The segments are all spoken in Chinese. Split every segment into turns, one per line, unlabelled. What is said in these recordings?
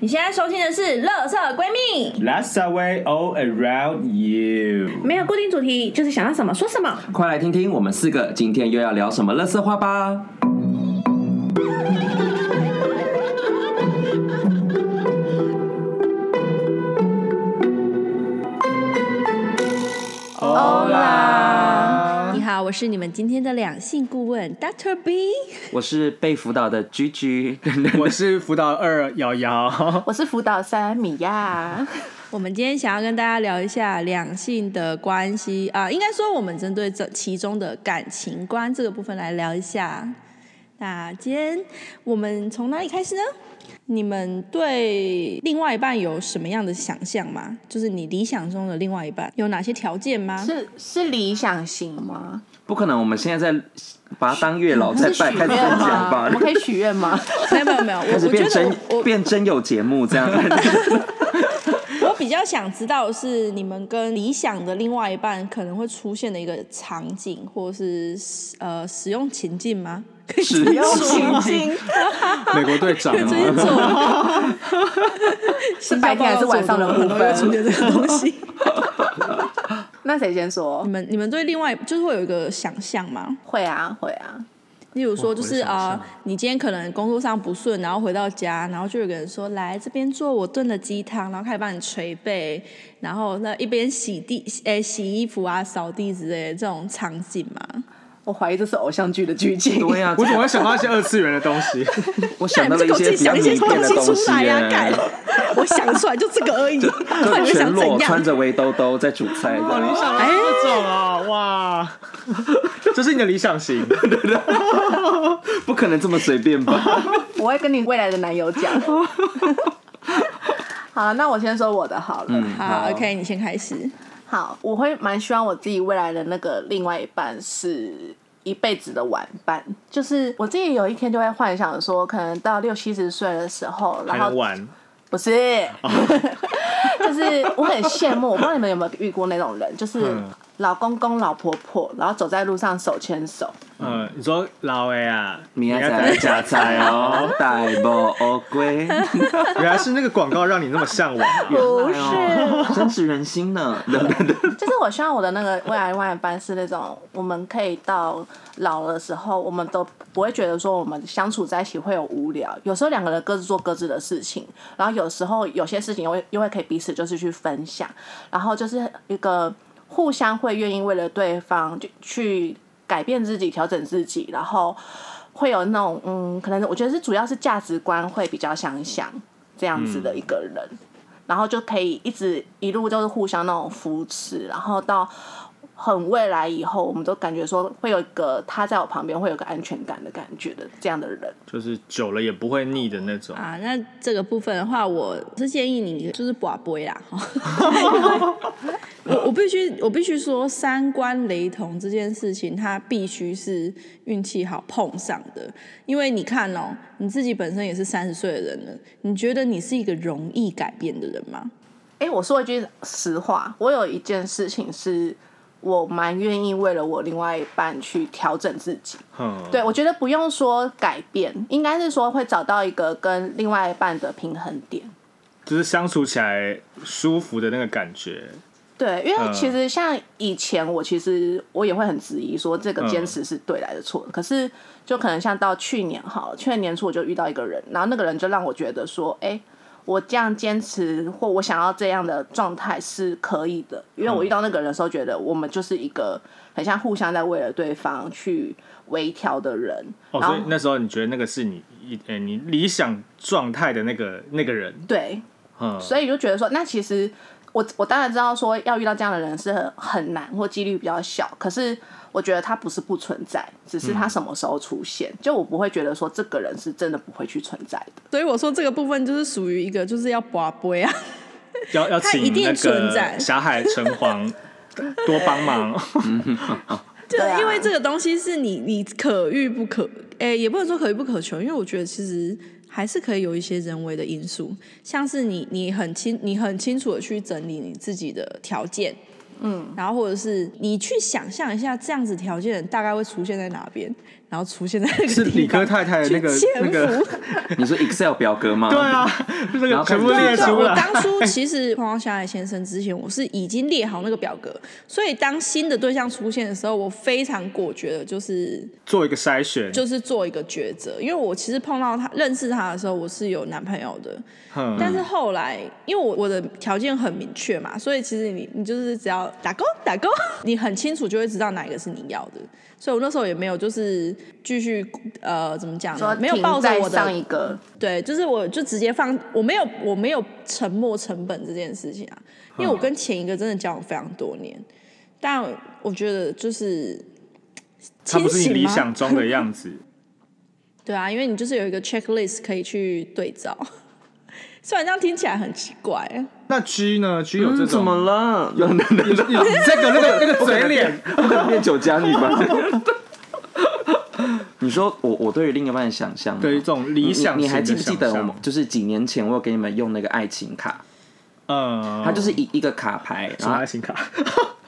你现在收听的是《乐色闺蜜》，
Let's away all around you。
没有固定主题，就是想要什么说什么。
快来听听我们四个今天又要聊什么乐色话吧！
欧啦，你好，我是你们今天的两性顾问 Doctor B。
我是被辅导的 G G，
我是辅导二瑶瑶，
我是辅导三米娅，
我们今天想要跟大家聊一下两性的关系啊、应该说我们针对这其中的感情观这个部分来聊一下。那今天我们从哪里开始呢？你们对另外一半有什么样的想象吗？就是你理想中的另外一半有哪些条件吗？
是是理想型吗？
不可能，我们现在在把他当月老在
是许
拜，开始
愿
分享
吗？
吧
我们，可以许愿吗？
没有没有没有，我
开始
我觉
变
得
真
我
变真有节目这样。
我比较想知道的是你们跟理想的另外一半可能会出现的一个场景，或是呃使用情境 吗？可以
使
这么
用
说吗
情境
美国队
啊
长
这是
吗？
做
是白天还是晚上的部
我会出
分？
现这个东西。
那谁先说
你？们你们对另外就是会有一个想象吗？
会啊，会啊。
例如说，
我
就是
我的想
啊、
象
呃你今天可能工作上不顺，然后回到家，然后就有个人说：“来这边做我炖的鸡汤，然后开始帮你捶背，然后那一边洗地、诶、洗衣服啊、扫地之类的这种场景嘛。
我怀疑这是偶像剧的剧情。
对啊呀、
我怎么会想到一些二次元的东西？
我
哎
想到了一些比较迷恋的东西耶、
啊 我想出来就这个而已，
就
到
是全裸穿？着围兜兜在煮菜
哦，
的，
你想到这种啊？哇，这是你的理想型，
不可能这么随便吧？
我会跟你未来的男友讲。 好，那我先说我的好了。
好，OK，你先开始。
好，我会蛮希望我自己未来的那个另外一半是一辈子的玩伴，就是我自己有一天就会幻想说，可能到六七十岁的时候，
还
然后
能玩
不是， 就是我很羡慕，我不知道你们有没有遇过那种人，就是
嗯
老公公、老婆婆，然后走在路上手牵手，
嗯，你说老 A 啊，
明
要
天再 来加菜哦，大包哦龟，
原来是那个广告让你那么向往。啊
不是，
哦真值人心呢。
就是我希望我的那个未来另外一半是那种，我们可以到老的时候，我们都不会觉得说我们相处在一起会有无聊。啊有时候两个人各自做各自的事情，然后有时候有些事情又会又会可以彼此就是去分享，然后就是一个互相会愿意为了对方就去改变自己、调整自己，然后会有那种嗯，可能我觉得是主要是价值观会比较相像这样子的一个人。然后就可以一直一路就是互相那种扶持，然后到很未来以后，我们都感觉说会有一个他在我旁边会有个安全感的感觉的这样的人。
就是久了也不会腻的那种，
啊，那这个部分的话，我是建议你就是寡杯啦， 因为我我必须我必须说，三观雷同这件事情，它必须是运气好碰上的，因为你看哦，你自己本身也是三十岁的人了，你觉得你是一个容易改变的人吗？
哎，我说一句实话，我有一件事情是我蛮愿意为了我另外一半去调整自己。
嗯，
对，我觉得不用说改变，应该是说会找到一个跟另外一半的平衡点。
就是相处起来舒服的那个感觉。
对，因为
嗯
其实像以前我其实我也会很质疑说这
嗯
个坚持是对来的错的，可是就可能像到去年好了，去年年初我就遇到一个人，然后那个人就让我觉得说，哎、我这样坚持或我想要这样的状态是可以的，因为
嗯
我遇到那个人的时候，觉得我们就是一个很像互相在为了对方去微调的人，
哦，
然
所
后
以那时候你觉得那个是你一呃你理想状态的那个那个人，
对，
嗯，
所以就觉得说，那其实我我当然知道说要遇到这样的人是很很难或几率比较小，可是我觉得他不是不存在，只是他什么时候出现，就我不会觉得说这个人是真的不会去存在的。
所以我说这个部分就是属于一个就是要寡杯啊，
要要
它
请
一定
那
存在
个霞海城隍多帮忙，
就
对啊
因为这个东西是你你可遇不可，诶、也不能说可遇不可求，因为我觉得其实还是可以有一些人为的因素，像是你你很清你很清楚的去整理你自己的条件，嗯，然后或者是你去想象一下这样子条件的人大概会出现在哪边，然后出现在那个
是
地
理科
方
太太的那个
去潜
那个，
伏
你说 Excel 表格吗？
对，啊，这
然
个
后
全部
看
列
对
出
我
来。
当初其实碰到小海先生之前，我是已经列好那个表格，所以当新的对象出现的时候，我非常果决的，就是
做一个筛选，
就是做一个抉择。因为我其实碰到他认识他的时候，我是有男朋友的，
嗯
但是后来因为我我的条件很明确嘛，所以其实你你就是只要打勾打勾， 你很清楚就会知道哪一个是你要的。所以我那时候也没有就是继续呃怎么讲
说
呢，没有抱着
停
我
在
的
上一个，
对，就是我就直接放，我没有我没有沉没成本这件事情啊，因为我跟前一个真的交往非常多年，但我觉得就是
它不是
清
你
醒
理
吗
想中的样子。
对啊，因为你就是有一个 checklist 可以去对照， 虽然这样听起来很奇怪，
那 G 呢？G 有这
嗯，怎
种
么了？有人有人
有这个那个那个嘴脸，
不可能变酒家女吧？ 你说我我对于另一半的想象吗，啊
对一种理想
你你
型
还
的
记不记得
想
我
象
们就是几年前我有给你们用那个爱情卡，
嗯，
它就是一一个卡牌，
什
然
么
后
爱情卡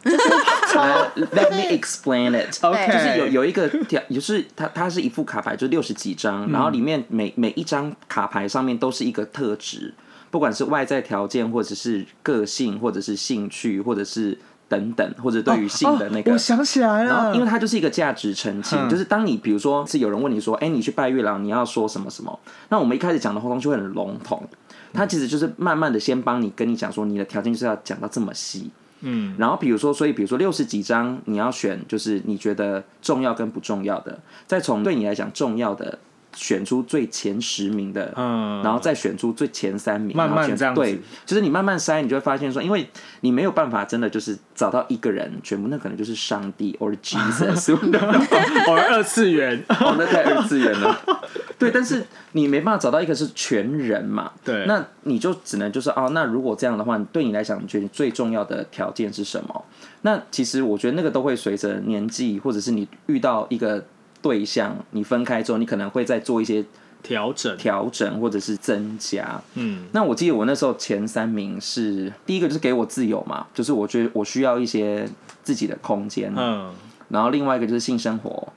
呃 Let me explain it。
？OK，
就是有有一个条，就是它它是一副卡牌，就六十几张，然后
嗯
里面每每一张卡牌上面都是一个特质，不管是外在条件，或者是个性，或者是兴趣，或者是等等，或者对于性的那个。
哦我想起来
然后，
了，
因为它就是一个价值澄清，
嗯
就是当你比如说是有人问你说，哎、你去拜月老，你要说什么什么？那我们一开始讲的东西会很笼统，它其实就是慢慢的先帮你跟你讲说，你的条件就是要讲到这么细。
嗯，
然后比如说，所以比如说六十几张，你要选就是你觉得重要跟不重要的，再从对你来讲重要的选出最前十名的，
嗯
然后再选出最前三名，
慢慢
然后选
这样子
对，就是你慢慢筛，你就会发现说，哦因为你没有办法真的就是找到一个人全部，那可能就是上帝 or Jesus，
偶尔二次元，
哦，那太二次元了。 对，但是你没办法找到一个是全人嘛，
对
那你就只能就是哦，那如果这样的话，对你来讲，你觉得最重要的条件是什么？那其实我觉得那个都会随着年纪，或者是你遇到一个对象，你分开之后，你可能会再做一些
调整，
调整或者是增加。
嗯，
那我记得我那时候前三名是第一个就是给我自由嘛，就是我觉得我需要一些自己的空间，
嗯，
然后另外一个就是性生活，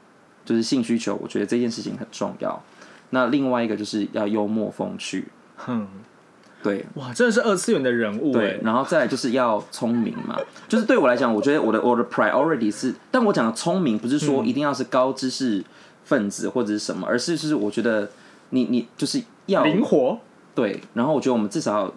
就是性需求，我觉得这件事情很重要。那另外一个就是要幽默风趣，
哼，
对
哇，真的是二次元的人物哎
对，，然后再来就是要聪明嘛，就是对我来讲，我觉得我的我的 priority 是，但我讲的聪明不是
嗯
说一定要是高知识分子或者是什么，而是就是我觉得你你就是要
灵活，
对，然后我觉得我们至少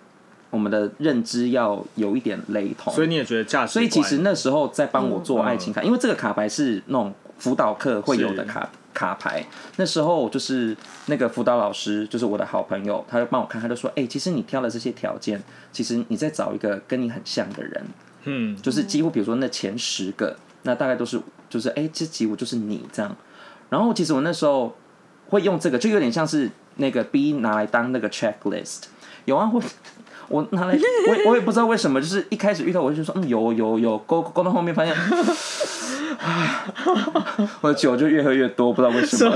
我们的认知要有一点雷同，
所以你也嗯觉得价值观，
所以其实那时候在帮我做爱情卡，因为这个卡牌是那种辅导课会有的卡卡牌。那时候就是那个辅导老师，就是我的好朋友，他就帮我看，他就说：“哎、其实你挑了这些条件，其实你在找一个跟你很像的人，
嗯，
就是几乎比如说那前十个，那大概都是就是哎、这几乎就是你这样。”然后其实我那时候会用这个，就有点像是那个 B 拿来当那个 checklist。有啊，我 我拿来，我也我也不知道为什么，就是一开始遇到我就说，嗯，有有有，勾勾到后面发现，唉，我的酒就越喝越多，不知道为 什么。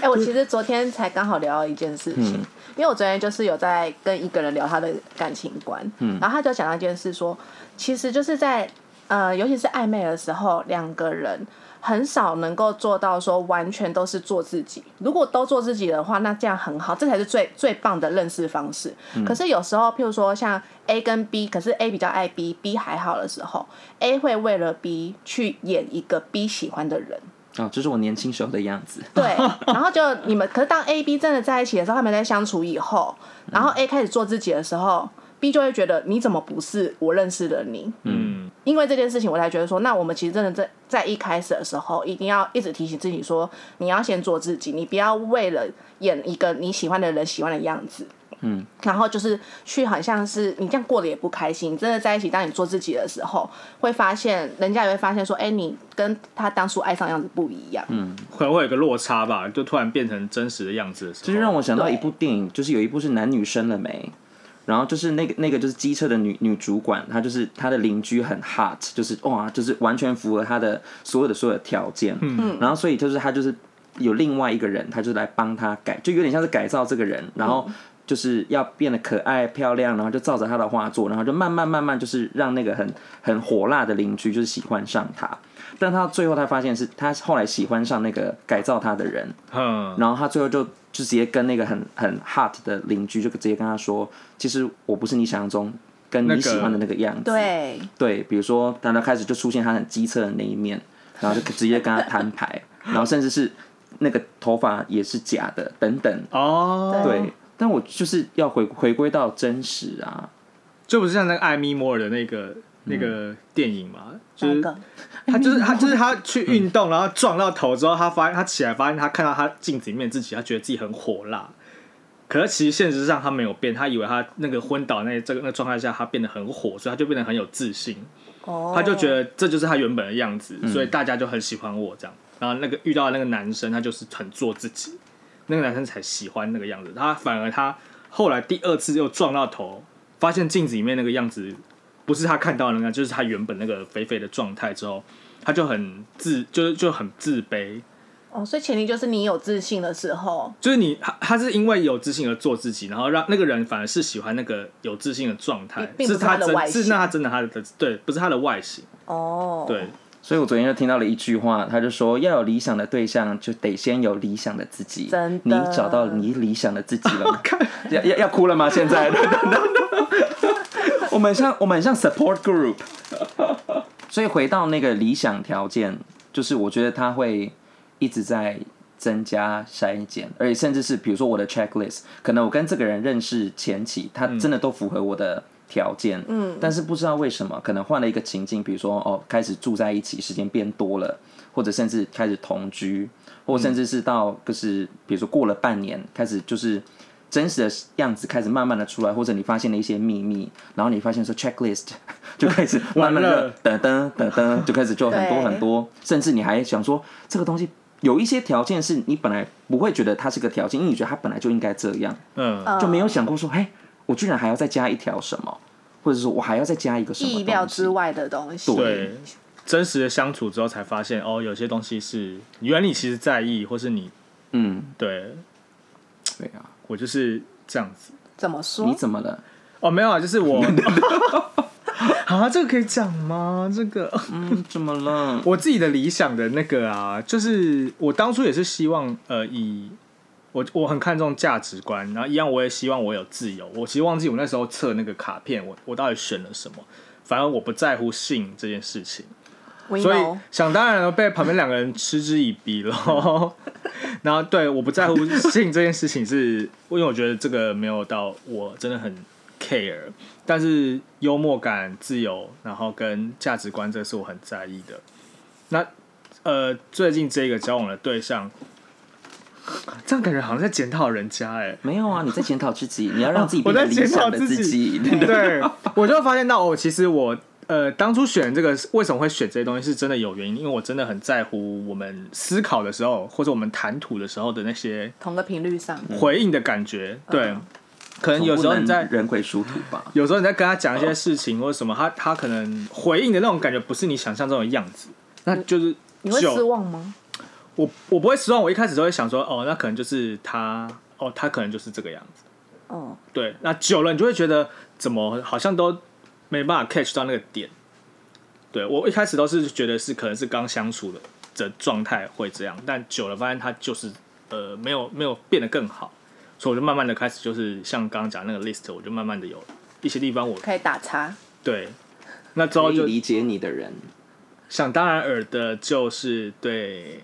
哎、我其实昨天才刚好聊到一件事情，因为我昨天就是有在跟一个人聊他的感情观，然后他就讲到一件事说，其实就是在呃，尤其是暧昧的时候，两个人很少能够做到说完全都是做自己。如果都做自己的话，那这样很好，这才是最最棒的认识方式。可是有时候，譬如说像 A 跟 B，可是 A 比较爱 B，B 还好的时候，A 会为了 B 去演一个 B 喜欢的人。
啊、这是我年轻时候的样子。
对，然后就你们，可是当 A、B 真的在一起的时候，他们在相处以后，然后 A 开始做自己的时候，B 就会觉得你怎么不是我认识的你？
嗯，
因为这件事情，我才觉得说，那我们其实真的在在一开始的时候，一定要一直提醒自己说，你要先做自己，你不要为了演一个你喜欢的人喜欢的样子。嗯，然后就是去，好像是你这样过得也不开心。真的在一起，当你做自己的时候，会发现人家也会发现说，哎，你跟他当初爱上的样子不一样。嗯，
可能会有一个落差吧，就突然变成真实的样子的时候，
就是让我想到一部电影，就是有一部是男女生了没，然后就是那个那个就是机车的女女主管，她就是她的邻居很 hot，就是哇，就是完全符合她的所有的所有的条件，嗯，然后所以就是她就是有另外一个人，她就来帮她改，就有点像是改造这个人，然后。就是要变得可爱漂亮，然后就照着他的画做，然后就慢慢慢慢就是让那个很很火辣的邻居就是喜欢上他。但他最后他发现是他后来喜欢上那个改造他的人，
嗯，
然后他最后就就直接跟那个很很 hot 的邻居就直接跟他说，其实我不是你想象中跟
那
你
个
喜欢的那个样子。
对，
对，比如说，他就开始就出现他很机车的那一面，然后就直接跟他摊牌， 然后甚至是那个头发也是假的等等。
哦，
对
对，但我就是要回回归到真实啊！
就不是像那个艾米摩尔的那个
嗯
那个电影嘛，就
那
是
个
他就是他就是他去运动，然后撞到头之后，他发现他起来发现他看到他镜子里面自己，他觉得自己很火辣。可是其实现实上他没有变，他以为他那个昏倒那这个那个状态下他变得很火，所以他就变得很有自信，
哦，
他就觉得这就是他原本的样子，所以大家就很喜欢我这样。然后那个遇到的那个男生，他就是很做自己，那个男生才喜欢那个样子。他反而他后来第二次又撞到头，发现镜子里面那个样子不是他看到的那个，就是他原本那个肥肥的状态之后，他就很自，就是就很自卑。
哦，所以前提就是你有自信的时候，
就是你他他是因为有自信而做自己，然后让那个人反而是喜欢那个有自信的状态，
并并不是
他
他的外
真
形
是那他真的他的对，不是他的外形，
哦，
对，
所以我昨天就听到了一句话，他就说要有理想的对象，就得先有理想的自己。
真的
你找到你理想的自己了 吗？要要要哭了吗？现在？我们像我们很像 support group，所以回到那个理想条件，就是我觉得它会一直在增加筛减，而且甚至是比如说我的 checklist，可能我跟这个人认识前期，
嗯
他真的都符合我的条件，嗯，但是不知道为什么，可能换了一个情境，比如说哦，开始住在一起，时间变多了，或者甚至开始同居，或甚至是到就是比如说过了半年，开始就是。真实的样子开始慢慢的出来，或者你发现了一些秘密，然后你发现说 checklist 就开始慢
完
慢
了
的噔噔噔噔，就开始就很多
对
很多，甚至你还想说这个东西有一些条件是你本来不会觉得它是个条件，因为你觉得它本来就应该这样，
嗯，
嗯
就没有想过说，嘿，我居然还要再加一条什么，或者说我还要再加一个什么
意料
东西
之外的东西，
对，真实的相处之后才发现，哦，有些东西是原来你其实在意，或是你
嗯，
对
对啊，
我就是这样子。
怎么说？
你怎么了？
哦，没有啊，就是我啊，这个可以讲吗？这个
嗯，怎么了？
我自己的理想的那个啊，就是我当初也是希望，呃，以我我很看重价值观，然后一样我也希望我有自由。我其实忘记我那时候测那个卡片，我我到底选了什么。反而我不在乎性这件事情，
We
所以
know
想当然了，被旁边两个人嗤之以鼻喽。然后对，我不在乎性这件事情是，因为我觉得这个没有到我真的很 care，但是幽默感、自由，然后跟价值观，这是我很在意的。那呃，最近这个交往的对象，这样感觉好像在检讨人家哎、
没有啊，你在检讨自己，你要让自己
我
变
在
成理
检讨
想的
自
自 己。
对，我就发现到哦，其实我呃当初选这个为什么会选这些东西，是真的有原因，因为我真的很在乎我们思考的时候，或者我们谈吐的时候的那些
同个频率上，
嗯
回应的感觉。对，可能有时候你
总
在
不能人鬼殊途吧？
有时候你在跟他讲一些事情或者什么，他他可能回应的那种感觉不是你想象中的样子，那就是
你会
就
失望吗？
我我不会失望，我一开始都会想说，哦，那可能就是他，哦，他可能就是这个样子。
哦，
对，那久了你就会觉得怎么好像都没办法 catch 到那个点。对我一开始都是觉得是可能是刚相处的的状态会这样，但久了发现他就是呃没有没有变得更好，所以我就慢慢的开始就是像刚刚讲那个 list，我就慢慢的有一些地方我
可以打叉，
对，那之
可
后
以
就
理解你的人，
想当然尔的就是对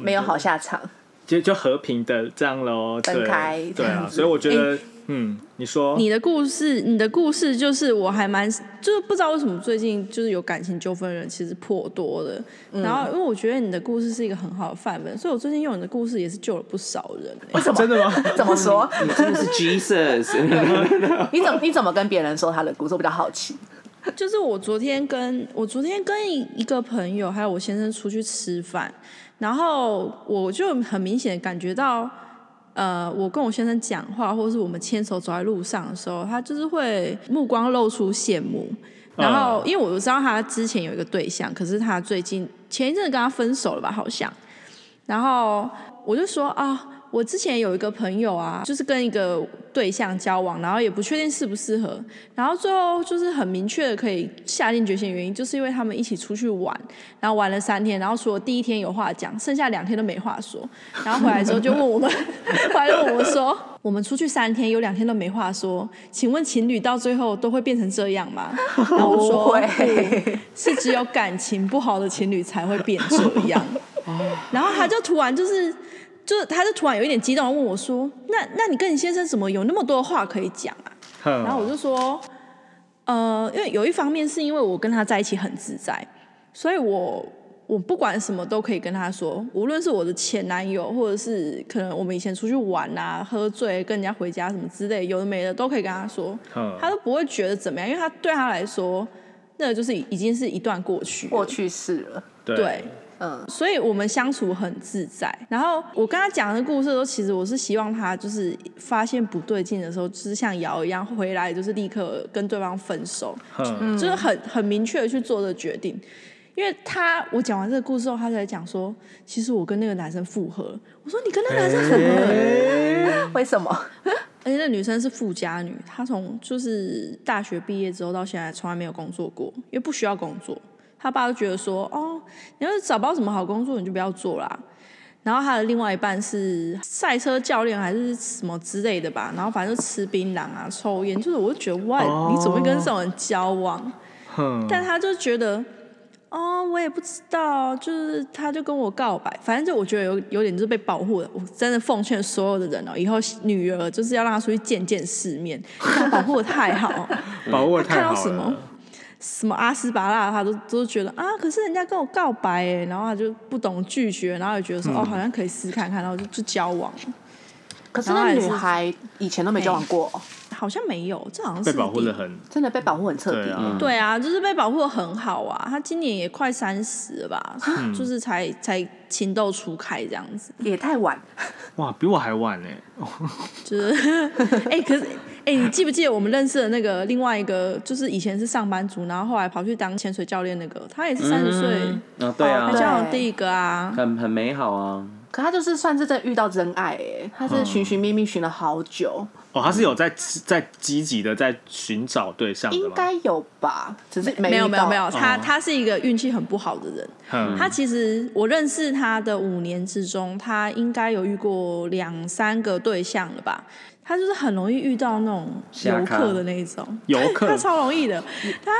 没有好下场。
就就和平的这样喽，
分
对
开这
对
样
啊，
子
所以我觉得、嗯，你说
你的故事，你的故事就是我还蛮，就是不知道为什么最近就是有感情纠纷的人其实颇多的。然后，因为我觉得你的故事是一个很好的范本，所以我最近用你的故事也是救了不少人、欸。
怎么
真的吗？
怎么 说？
你真的是 Jesus。
你怎么你怎么跟别人说他的故事？我比较好奇。
就是我昨天跟我昨天跟一一个朋友还有我先生出去吃饭，然后我就很明显地感觉到，呃，我跟我先生讲话，或者是我们牵手走在路上的时候，他就是会目光露出羡慕。然后，因为我知道他之前有一个对象，可是他最近前一阵子跟他分手了吧，好像。然后我就说啊，我之前有一个朋友啊，就是跟一个对象交往，然后也不确定适不适合，然后最后就是很明确的可以下定决心的原因，就是因为他们一起出去玩，然后玩了三天，然后说第一天有话讲，剩下两天都没话说，然后回来之后就问我们， 回来问我们说，我们出去三天，有两天都没话说，请问情侣到最后都会变成这样吗？然后我说
不会
不是只有感情不好的情侣才会变这样。
哦
然后他就突然就是，就是他就突然有一点激动，问我说：“那那你跟你先生怎么有那么多话可以讲啊？”
哼
然后我就说：“呃，因为有一方面是因为我跟他在一起很自在，所以我我不管什么都可以跟他说，无论是我的前男友，或者是可能我们以前出去玩啊、喝醉跟人家回家什么之类，有的没的都可以跟他说，
哼
他都不会觉得怎么样，因为他对他来说，那就是已经是一段过去了。
过去式了。
对，
嗯，
所以我们相处很自在。然后我跟他讲的故事的时候，其实我是希望他就是发现不对劲的时候，就是像瑶一样回来，就是立刻跟对方分手，
哼，
就是很很明确的去做的决定。因为他我讲完这个故事后，他才讲说，其实我跟那个男生复合。我说你跟那个男生复合，
为什么？
而且那女生是富家女，她从就是大学毕业之后到现在从来没有工作过，因为不需要工作。她爸就觉得说，哦，你要是找不到什么好工作，你就不要做啦。然后她的另外一半是赛车教练还是什么之类的吧，然后反正就吃槟榔啊、抽烟，就是我就觉得哇，
哦
你怎么会跟这种人交往？
哼，
但他就觉得，哦，我也不知道，就是他就跟我告白，反正就我觉得有有点就是被保护了。我真的奉劝所有的人哦，以后女儿就是要让她出去见见世面， 她保护的太好哦，
把握得太
看到
好
什么
了，
什么阿斯巴拉，她都都觉得啊，可是人家跟我告白哎，然后她就不懂拒绝，然后也觉得说、
嗯
哦，好像可以试看看，然后就就交往了，
可是
然后
那
还
女
是
孩以前都没交往过，哦
好像没有，这好像是
被保护
第
的很，
真的被保护很彻
对
底。
啊，
对啊，就是被保护的很好啊。他今年也快三十了吧，
嗯
就是才才情窦初开这样子，
也太晚，
哇，比我还晚呢，
就是 哎、可是哎、你记不记得我们认识的那个另外一个，就是以前是上班族，然后后来跑去当潜水教练那个，他也是三十岁
嗯，啊，对啊
他，交往
对
第一个啊，
很很美好啊。
可她就是算是真遇到真爱哎，她是寻寻觅觅寻了好久，
哦，他是有在在积极的在寻找对象的
应
吗？
该有吧？只是没
没有
遇
没有
到哦
没有，他他是一个运气很不好的人。
哼，
嗯
他其实我认识他的五年之中，他应该有遇过两三个对象了吧。他就是很容易遇到那种游客的那一种
游客
他超容易的。他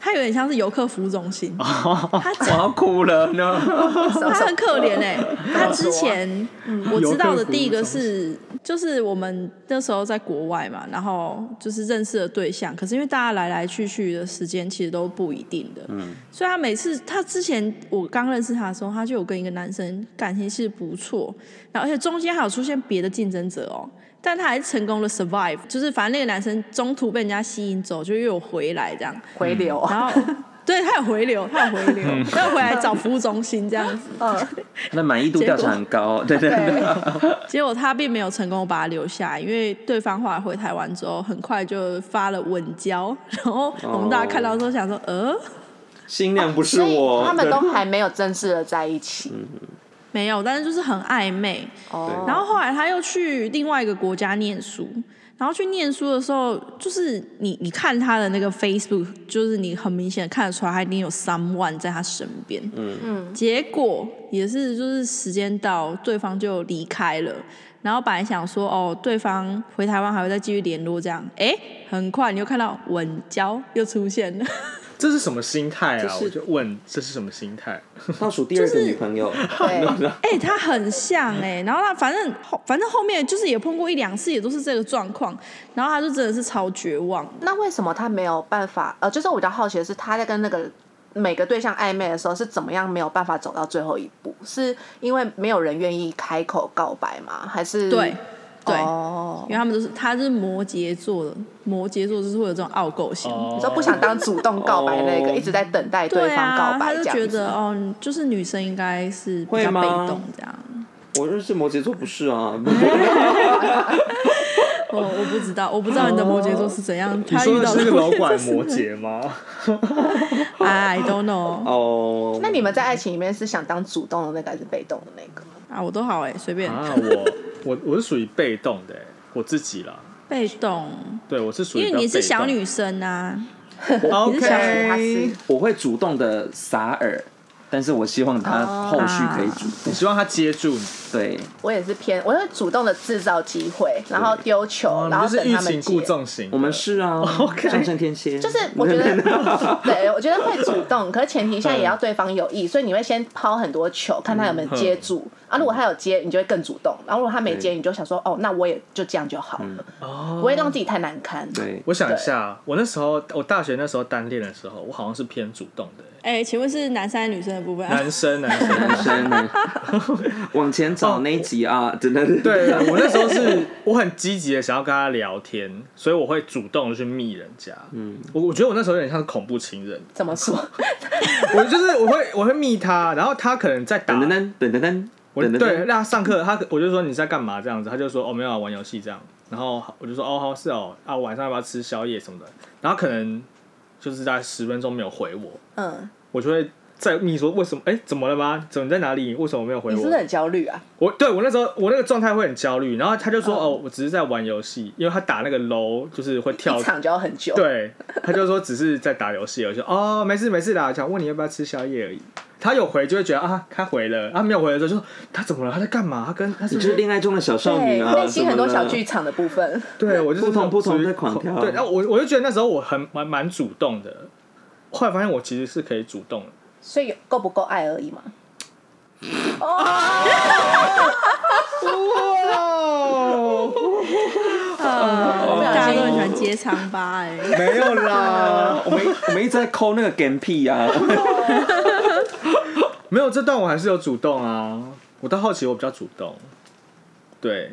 他有点像是游客服务中心，
哦
他
我要哭了呢。
哦他很可怜哎、他之前、嗯我知道的第一个是，就是我们那时候在国外嘛，然后就是认识的对象，可是因为大家来来去去的时间其实都不一定的，嗯，所以他每次他之前我刚认识他的时候，他就有跟一个男生感情是不错，然后而且中间还有出现别的竞争者哦。但他还是成功的 survive，就是反正那个男生中途被人家吸引走，就又有回来这样，
回流。
然后对他有回流，他有回流，他有回来找服务中心这样子。
那满意度调查很高，哦对对对，
结果他并没有成功把他留下来，因为对方后来回台湾之后，很快就发了稳交，然后我们大家看到之后想说，呃，
新娘不是
所以
我，嗯
他们都还没有正式的在一起。
没有，但是就是很暧昧。
哦，
然后后来他又去另外一个国家念书，然后去念书的时候，就是你你看他的那个 Facebook，就是你很明显地看得出来，他一定有 someone 在他身边。嗯嗯。结果也是就是时间到，对方就离开了。然后本来想说，哦，对方回台湾还会再继续联络这样，哎，很快你就看到稳交又出现了，
这是什么心态
这
啊？
是
我就问这是什么心态？
倒数第二个女朋友，
对，
哎、他很像哎、然后他反正后反正后面就是也碰过一两次，也都是这个状况，然后他就真的是超绝望，
那为什么他没有办法？呃，就是我比较好奇的是，他在跟那个每个对象暧昧的时候是怎么样没有办法走到最后一步？是因为没有人愿意开口告白吗？还是
对，对，
嗯哦
因为，他们都是他是摩羯座的，摩羯座就是会有这种傲狗型。
哦
你说不想当主动告白那个，
哦
一直在等待
对
方
啊，他
告白
就
这
觉
样子。
得哦，就是女生应该是比
会
较
吗
被动这样。
我认识摩羯座不是 啊，
我哦我不知道，我不知道你的摩羯座是怎样。
你
他
说
遇
的
到
是那个
摩
楼
羯座
管
是
摩羯吗？
，I don't know
哦，
那你们在爱情里面是想当主动的那个还是被动的那个？
啊，我都好哎，随便。
啊，我我我是属于被动的、欸我自己啦。
被动，
对，我是属于
因为
比较
你是
被
小
动
女生啊，你是小
女她是
OK，
我会主动的撒饵，但是我希望他
哦
后续可以主动。
你希望他接住你，
对，
我也是偏，我会主动的制造机会，然后丢球，
哦
然后
你就是
等
欲
他
擒
们
故
接。
纵型的。
我们是啊
OK
上升天蝎，
就是 我觉得，对我觉得会主动，可是前提下
嗯
也要对方有意，所以你会先抛很多球，看他有没有接
嗯
住。啊，如果他有接，你就会更主动；然后如果他没接，
对
你就想说，哦，那我也就这样就好了，
哦
不会让自己太难堪。
对，
我想一下，我那时候我大学那时候单恋的时候，我好像是偏主动的、欸
哎、请问是男生还是女生的部分啊？
男生男生。
男 生呢往前找那一集啊，真
哦
的
对，我那时候是我很积极的想要跟他聊天，所以我会主动的去密人家。嗯，我我觉得我那时候有点像是恐怖情人，
怎 么说？
我就是我会我会密他，然后他可能在打
噔噔噔噔噔噔
我
噔噔
对，
噔，
让他上课，他我就说你在干嘛这样子，他就说哦没有啊玩游戏这样，然后我就说哦好是哦啊晚上要不要吃宵夜什么的，然后可能就是在十分钟没有回我，
嗯，
我就会再密说为什么哎怎么了吗？怎么在哪里？为什么没有回
你是不
我
是？很焦虑啊？
我对我那时候我那个状态会很焦虑，然后他就
嗯
说哦我只是在玩游戏，因为他打那个楼就是会跳
一，场就要很久。
对，他就说只是在打游戏，我就说哦没事没事啦，想问你要不要吃宵夜而已。他有回就会觉得啊，他回了；他、没有回的时候就说他怎么了？他在干嘛？他跟他是
你
不
就是
是
恋爱中的小少女
对，
啊，
内心很多
怎么
小
了
剧场的部分。
对，我就是
不同
那种
不同
属于
在狂跳
对，然后我我就觉得那时候我很蛮蛮主动的，后来发现我其实是可以主 动的。
所以有够不够爱而已嘛。
呃，
哇，
小心
大家都很喜欢接长吧、哎，
没有啦，
我们我们一直在抠那个 game 屁啊，
没有这段我还是有主动啊。我到后期我比较主动，对，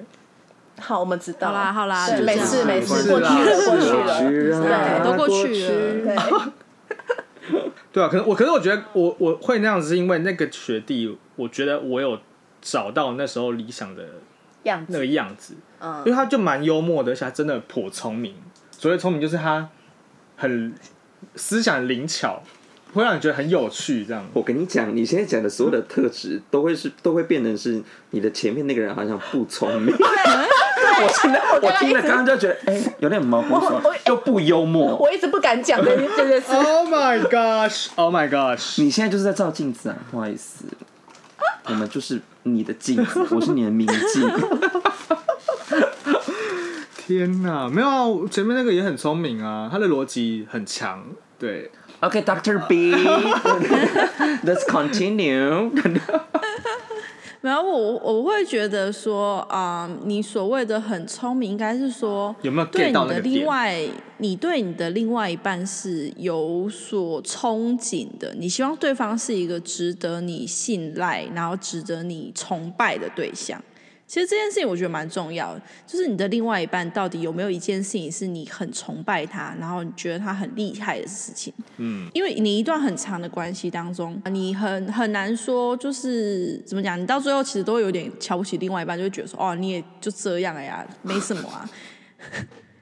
好，我们知道
好啦好啦
对
就
没
这
事
样
没
是
事，过去了
啦
过去
是
过
了。
去啊
对都过去了
对，
对啊。可是我可是我觉得我我会那样子，是因为那个学弟，我觉得我有找到那时候理想的
样
那
子
个样子，因为
嗯，
他就蛮幽默的，而且他真的颇聪明。所谓聪明，就是他很思想灵巧，会让你觉得很有趣。这样，
我跟你讲，你现在讲的所有的特质，都会是都会变成是你的前面那个人好像不聪明。 我现在我听了刚刚就觉得，哎、有点毛骨悚
我 我
然，又不幽默。
我一直不敢讲这件这件事。
Oh my gosh! Oh my gosh!
你现在就是在照镜子啊，不好意思，我们就是你的镜 子，我是你的明镜。
天哪，没有啊，我前面那个也很聪明啊，他的逻辑很强。对，
OK，Doctor、B，Let's continue。
然后我我会觉得说啊、你所谓的很聪明，应该是说
有没有
对
get
你
到那
的
个
另
点？
外，你对你的另外一半是有所憧憬的，你希望对方是一个值得你信赖，然后值得你崇拜的对象。其实这件事情我觉得蛮重要的，就是你的另外一半到底有没有一件事情是你很崇拜他，然后你觉得他很厉害的事情。
嗯，
因为你一段很长的关系当中，你很很难说，就是怎么讲，你到最后其实都会有点瞧不起另外一半，就会觉得说，哦，你也就这样哎 呀，没什么啊。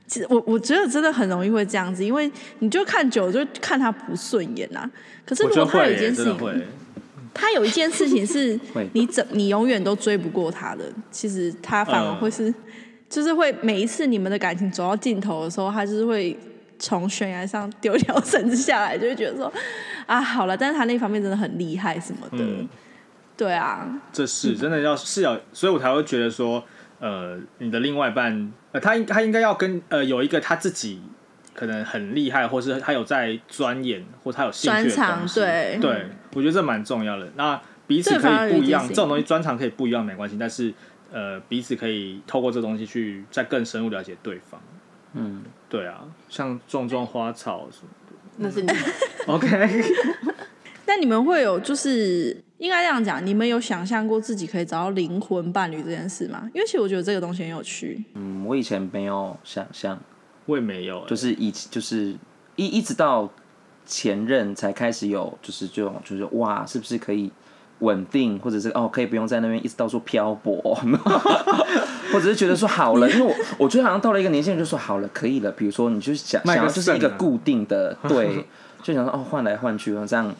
其实我我觉得真的很容易会这样子，因为你就看久了就看他不顺眼啊。可是
我
如
觉得
果他有
会
一
耶，
件事
真的
情，
会。
他有一件事情是
会
你怎你永远都追不过他的，其实他反而
嗯
会是，就是会每一次你们的感情走到尽头的时候，他就是会从悬崖上丢一条绳子下来，就会觉得说啊，好了，但是他那方面真的很厉害什么的，
嗯，
对啊，
这是真的要是要，所以我才会觉得说，呃，你的另外一半，呃，他应他应该要跟呃有一个他自己可能很厉害，或是他有在钻研，或他有兴趣
专
的
长
东西
对
对，我觉得这蛮重要的。那彼此
这反
可
而
以不
有
一
一件
样，
事
这
情
种东西专长可以不一样没关系，但是呃，彼此可以透过这东西去再更深入了解对方。
嗯，
对啊，像种种花草什 么
那是你，
的，OK，
那你们会有就是应该这样讲，你们有想象过自己可以找到灵魂伴侣这件事吗？因为其实我觉得这个东西很有趣，
嗯，我以前没有想象，
我也没有、欸，
就是以就是一一直到前任才开始有，就是这种就是哇，是不是可以稳定，或者是哦可以不用在那边一直到处漂泊， 或者是觉得说好了，因为我我觉得好像到了一个年限就说好了，可以了。比如说你就是想
卖
想
个
要就是
肾
一个
啊
固定的对，就想说哦换来换去这样。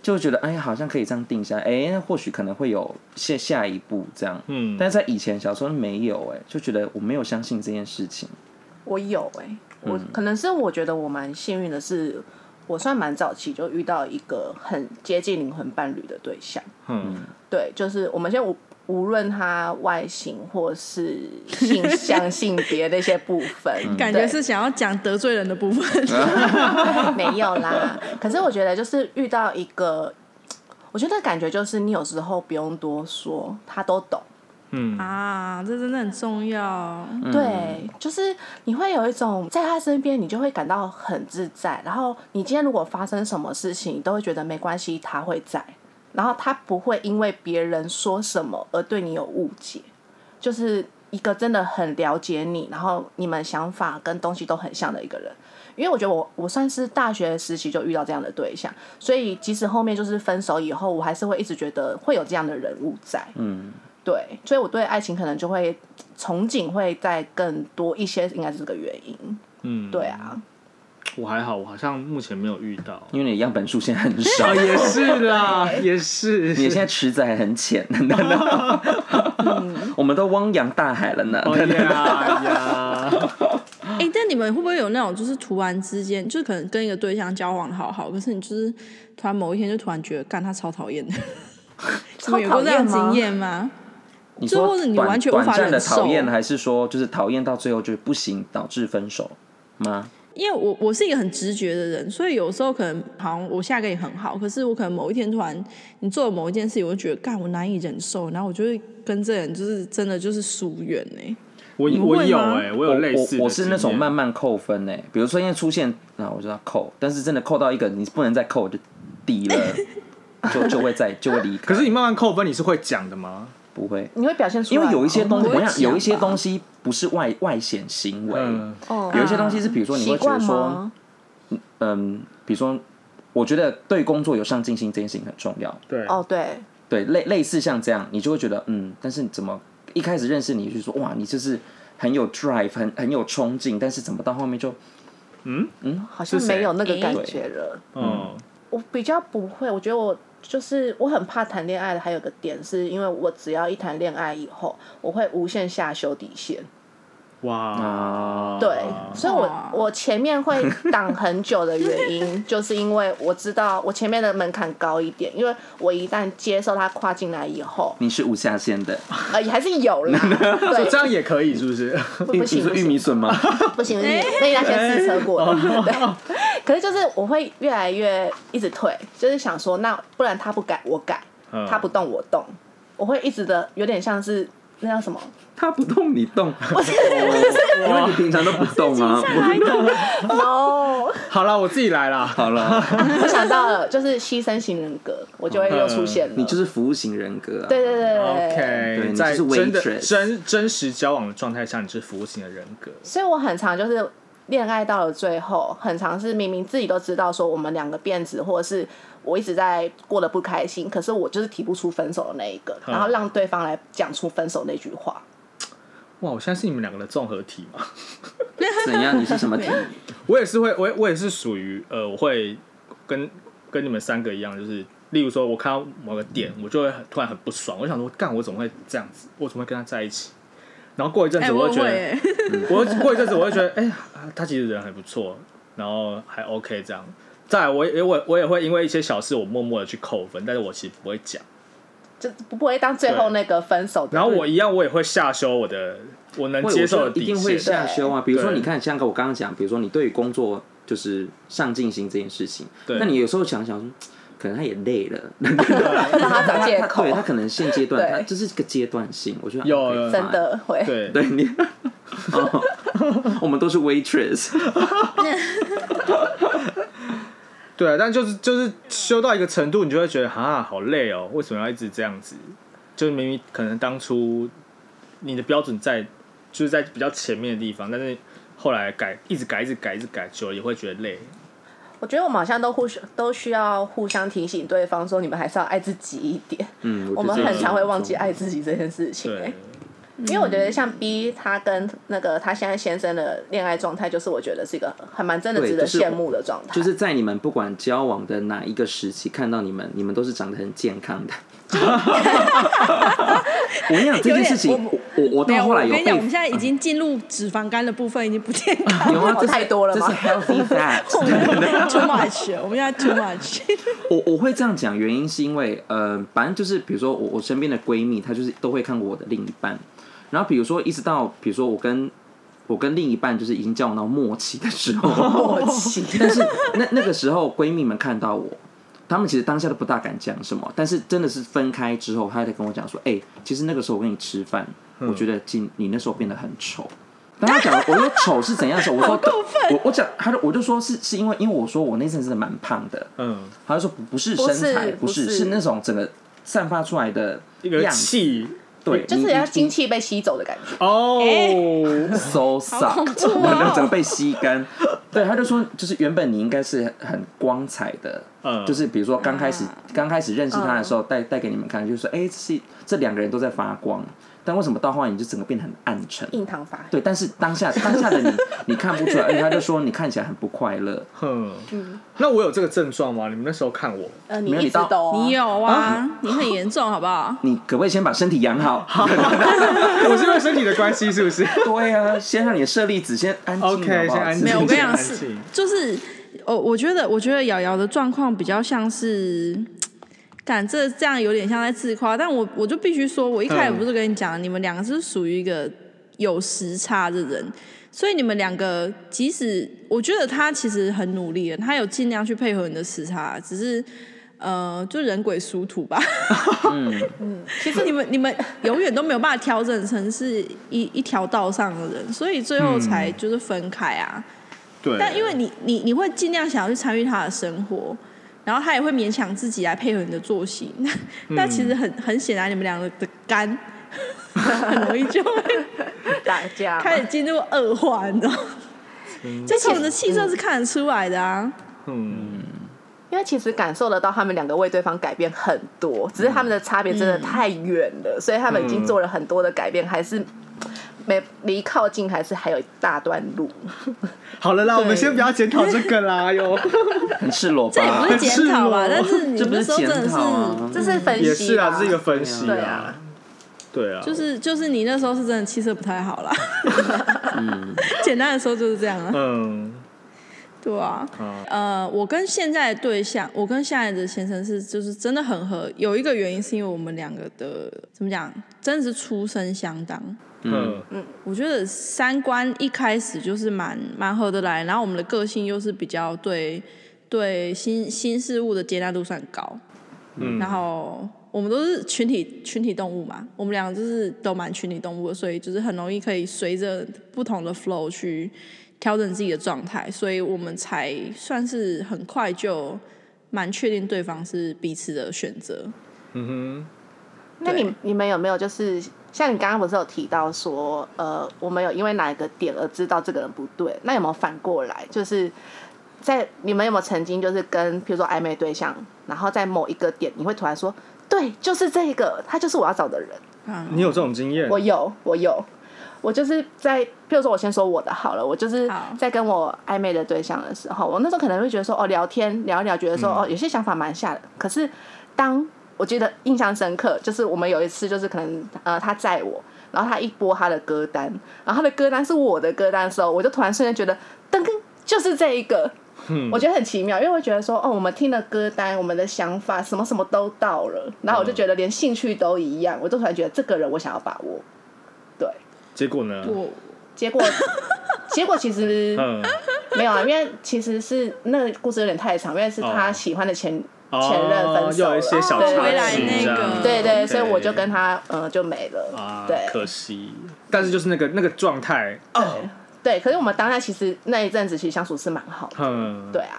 就觉得哎，好像可以这样定下来，哎，那或许可能会有下下一步这样。
嗯
但是在以前小时候没有哎、就觉得我没有相信这件事情。
我有哎、我、可能是我觉得我蛮幸运的是，我算蛮早期就遇到一个很接近灵魂伴侣的对象。
嗯，
对，就是我们先无无论他外形或是性向、性别那些部分，
嗯感觉
对
是想要讲得罪人的部分。
没有啦。可是我觉得就是遇到一个，我觉得感觉就是你有时候不用多说，他都懂。
嗯
啊，这真的很重要。
对，就是你会有一种在他身边，你就会感到很自在。然后你今天如果发生什么事情，你都会觉得没关系，他会在。然后他不会因为别人说什么而对你有误解，就是一个真的很了解你，然后你们想法跟东西都很像的一个人。因为我觉得我我算是大学时期就遇到这样的对象，所以即使后面就是分手以后，我还是会一直觉得会有这样的人物在。
嗯，
对，所以我对爱情可能就会憧憬会再更多一些，应该是这个原因。
嗯
对啊，
我还好，我好像目前没有遇到。
因为你的样本数现在很少
啊，， 也是 啦，也是。
你现在池子还很浅， 我们都汪洋大海了呢。
嗯哦 呀呀，
哎、但你们会不会有那种，就是突然之间，就是可能跟一个对象交往得好好，可是你就是突然某一天就突然觉得，干他超讨厌的。 你
超
们有过
讨
这样
厌
的
吗
经？验吗？
你
就
说
或者你
短
完全无
短
法
暂的
忍受
讨厌，还是说就是讨厌到最后就是不行，导致分手吗？
因为我我是一个很直觉的人，所以有时候可能好像我下个也很好，可是我可能某一天突然你做了某一件事情，我就觉得干我难以忍受，然后我就会跟这人就是真的就是疏远哎、
我
你会
我有
吗
哎、我有类似的
我我是那
经
种
验
慢慢扣分呢、比如说因为出现啊，我就要扣，但是真的扣到一个你不能再扣就 底了，就就会再就会离开。
可是你慢慢扣分，你是会讲的吗？
不会，
你会表现出来
因
吗，
为有一些东西，
不会
我想有一些
讲吧
东西不是外外显行为，
嗯，
哦
有一些东西是比如说你
习
会觉
惯
得说，
吗？
嗯，比如说，我觉得对工作有上进心这件事情很重要。
对，
哦，对，
对，类类似像这样，你就会觉得，嗯，但是你怎么一开始认识你就说，哇，你就是很有 drive，很很有冲劲，但是怎么到后面就
好像
是谁
没有那个感觉了。
嗯，
我比较不会，我觉得我就是我很怕谈恋爱的，还有个点是因为我只要一谈恋爱以后，我会无限下修底线。
啊
哇，
对，所以
哇
我我前面会挡很久的原因， 就是因为我知道我前面的门槛高一点，因为我一旦接受他跨进来以后，
你是无下限的，
呃，也还是有啦，对，
这样也可以是不是？
不
你
行
说
不
玉
行
米笋 吗？
不行，那一辆先试车过了，对。可是就是我会越来越一直退，就是想说，那不然他不改我改，
嗯
他不动我动，我会一直的有点像是那叫什么？
他不动你 动，因为你平常都不动啊。
哦，
好了，我自己来啦。
好了，
我想到了，就是牺牲型人格，我就会又出现了。
你就是服务型人格、啊。
对对对对
OK，
你
在
就是
真的
waitress
真真实交往的状态下，你是服务型的人格。
所以我很常就是恋爱到了最后，很常是明明自己都知道说我们两个变质，或者是我一直在过得不开心，可是我就是提不出分手的那一个，
嗯
然后让对方来讲出分手那句话。
哇，我现在是你们两个的综合体嘛？
怎样？你是 什么体？
我也是会，我也我也是属于呃，我会跟跟你们三个一样，就是例如说，我看到某个点，我就会很突然很不爽，我想说，干，我怎么会这样子？我怎么会跟他在一起？然后过一阵
哎、
子，
我
会
也
觉
会、
得，
欸，
我过一阵子我会觉得，哎、啊他其实人还不错，然后还 OK 这样。再来我也我我也会因为一些小事，我默默的去扣分，但是我其实不会讲。
就不不会当最后那个分手的。
然后我一样，我也会下修我的我能
会
接
我
受
说
的
一
底
定会
线。
下修啊。比如说，
对
你看，像我刚刚讲，比如说你对于工作就是上进心这件事情，
对
那你有时候想想说，可能他也累 了，
让他找借
他
口
对，他可能现阶段，
对
他这是个阶段性，我觉得
有
OK，
真
fine，
的会。
对
对你。哦我们都是 waitress，
对，啊但就是就是修到一个程度，你就会觉得啊，好累哦，为什么要一直这样子？就是明明可能当初你的标准在就是在比较前面的地方，但是后来改一直改一直改一直改，久了也会觉得累。
我觉得我们好像都互相都需要互相提醒对方说，你们还是要爱自己一点。
嗯，
我们
觉得
很常会忘记
这种
爱自己这件事情、
对
欸。因为我觉得像 B 他跟那个他现在先生的恋爱状态，就是我觉得是一个还蛮真的
对
值得
就是
羡慕的状态。
就是在你们不管交往的哪一个时期，看到你们，你们都是长得很健康的。 我跟你讲这件事情，
有
我我我
没
到
有，
后
我
来
跟
有
你讲，我
被
们现在已经进入脂肪肝的部分，已经不 健康
有啊，这是
太多了
这
吗
是 healthy fat。
，too much，了我们现在 too much。
我我会这样讲，原因是因为呃，反正就是比如说我我身边的闺蜜，她就是都会看过我的另一半，然后比如说一直到比如说我跟我跟另一半就是已经交往到末期的时候，
默契，
但是那那个时候闺蜜们看到我，她们其实当下都不大敢讲什么，但是真的是分开之后，她才跟我讲说，哎、其实那个时候我跟你吃饭，我觉得今你那时候变得很丑。当她讲了我说丑是怎样的时候，我说我我讲，她就我就说是是因为因为我说我那阵子真的蛮胖的，
嗯，
她就说不不是身材，不
不是
是
不是
是那种整个散发出来的
一个
样子，
气
对，
就是
你
人家
你
精气被吸走的感觉。
哦，
so
恐
suck，
怖哦
我的整个被吸干。对，他就说，就是原本你应该是很光彩的，
嗯
就是比如说刚开始
嗯
刚开始认识他的时候，带带给你们看，就是说，哎，这是这两个人都在发光，但为什么到后来你就整个变得很暗沉？
印堂发黑，
对，但是当下当下 的你，你看不出来，而且他就说你看起来很不快乐。
嗯，那我有这个症状吗？你们那时候看我，
呃，
没
你
有
一
你
直
到
都哦
你有啊，你很严重，好不好？
你可不可以先把身体养 好？
我是因为身体的关系，是不 是
对啊，先让你的舍利子先安静好不好，
？OK，先安静，
没有我 跟你讲
先安静
就是，哦，我觉得，我觉得瑶瑶的状况比较像是，感这这样有点像在自夸，但我我就必须说，我一开始
嗯
不是跟你讲，你们两个是属于一个有时差的人，所以你们两个即使我觉得他其实很努力了，他有尽量去配合你的时差，只是。呃，就人鬼殊途吧。
嗯
其实你们你们永远都没有办法调整成是一一条道上的人，所以最后才就是分开啊。
嗯
对，
但因为你你你会尽量想要去参与他的生活，然后他也会勉强自己来配合你的作息。那
嗯
那其实很很显然，你们两个的肝很容易就会
打 架嘛，
开始进入恶化，你知道吗？这从你的气色是看得出来的啊。
嗯，
因为其实感受得到他们两个为对方改变很多，只是他们的差别真的太远了，所以他们已经做了很多的改变，还是没离靠近，还是还有一大段路。
好了啦，我们
对
先不要检讨这个啦，哟，
很赤裸吧？
这也哎不是检讨吧，
很
但
赤裸
是你
这
们
不
那
啊是
时候真
检
的是
讨啊，
这是分析，
也是啊，这是一个分析
对啊，
对啊，
就是就是你那时候是真的气色不太好啦。 简单的说就是这样啊。
嗯，
对啊，
啊
呃，我跟现在的对象，我跟现在的先生是就是真的很合。有一个原因是因为我们两个的怎么讲，真的是出身相当。
嗯
我觉得三观一开始就是蛮蛮合得来，然后我们的个性又是比较对对新新事物的接纳度算高，
嗯，
然后我们都是群体群体动物嘛，我们两个就是都蛮群体动物的，所以就是很容易可以随着不同的 flow 去调整自己的状态，所以我们才算是很快就蛮确定对方是彼此的选择。
嗯
那你你们有没有就是像你刚刚不是有提到说，呃，我们有因为哪一个点而知道这个人不对？那有没有反过来，就是在你们有没有曾经就是跟比如说暧昧对象，然后在某一个点，你会突然说，对，就是这个，他就是我要找的人。
啊
哼，你有这种经验？
我有，我有，我就是在，譬如说，我先说我的好了，我就是
好
在跟我暧昧的对象的时候，我那时候可能会觉得说，哦，聊天聊一聊，觉得说，哦，有些想法蛮像的。可是当我觉得印象深刻，就是我们有一次，就是可能呃，他载我，然后他一播他的歌单，然后他的歌单是我的歌单的时候，我就突然瞬间觉得，噔噔，就是这一个，
嗯
我觉得很奇妙，因为我觉得说，哦，我们听的歌单，我们的想法，什么什么都到了，然后我就觉得连兴趣都一样，我就突然觉得这个人我想要把握。对，
结果呢？
我
结果结果其实
嗯，
没有啊，因为其实是那个故事有点太长，因为是他
哦
喜欢的前、前任
哦
分，手
又
了，
有一些小
哦
插
回来
曲
那
这
个
样
对对，
嗯 OK
所以我就跟他呃就没了。
啊，
对，
可惜，但是就是那个那个状态，
对，可是我们当下其实那一阵子其实相处是蛮好的。
嗯，
对。啊，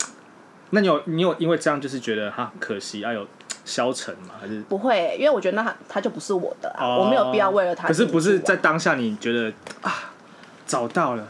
那你有你有因为这样就是觉得哈可惜啊有消沉吗？还是
不会，因为我觉得那他他就不是我的、啊，
哦
我没有必要为了他。
可是不是在当下你觉得啊找到了，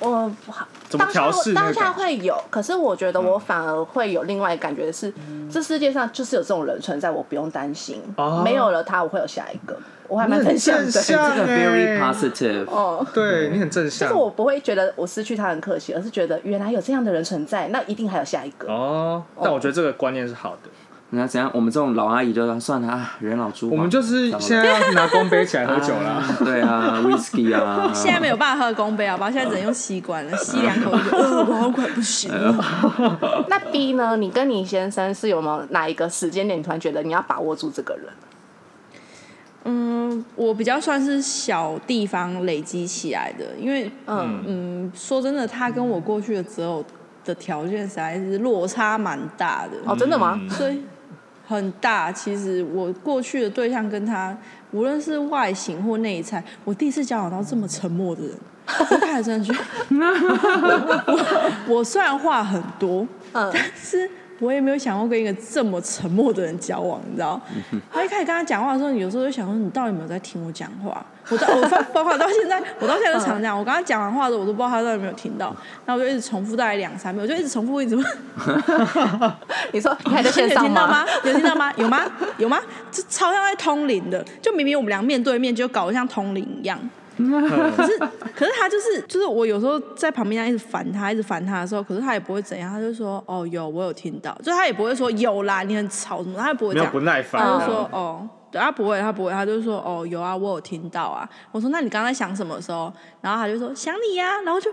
我不好。
怎么
当下
调
会
试那
当
个
下
感觉？嗯
会有，可是我觉得我反而会有另外一个感觉是，这世界上就是有这种人存在，我不用担心
哦，
没有了他，我会有下一个。我还蛮正向
你很
的
正。向
这个 very
欸
positive，
哦，
对你很正
就
向。
是我不会觉得我失去他很可惜，而是觉得原来有这样的人存在，那一定还有下一个。
哦，但我觉得这个观念是好的。
你看怎样？我们这种老阿姨就说算了啊，人老珠黄。
我们就是现在要拿公杯起来喝酒 啦。
啊对 啊，whisky 啊。
现在没有办法喝公杯，好不好？现在只能用吸管了，吸两口就，呃，我好快不行了。
那 B 呢？你跟你先生是有没有哪一个时间点，你突然觉得你要把握住这个人？
嗯，我比较算是小地方累积起来的，因为
嗯
嗯，说真的，他跟我过去的择偶的条件实在是落差蛮大的，
哦，真的吗？
嗯
所以很大。其实我过去的对象跟他，无论是外形或内在，我第一次交往到这么沉默 的人，我看了真的觉得，我我虽然话很多，
嗯，
是我也没有想过跟一个这么沉默的人交往，你知道？他一开始跟他讲话的时候，你有时候就想说，你到底有没有在听我讲话？我到我发包括到现 在，我到现在都常这样。我跟他讲完话的时候，我都不知道他到底有没有听到，然后我就一直重复大概两三遍，我就一直重复，一直问。
你说 你还在
有
线上
听到
吗
吗？？有听到吗？有吗？有吗？这超像在通灵的，就明明我们俩面对面，就搞得像通灵一样。可是，可是他就是就是我有时候在旁边这样一直烦他，一直烦他的时候，可是他也不会怎样，他就说哦有，我有听到，就他也不会说有啦，你很吵什么的，他也不会
没
这
有
样，
不耐烦
他
啊，
就说哦，对，他不会，他不会，他就说哦有啊，我有听到啊。我说那你刚才想什么时候？然后他就说想你呀、然后就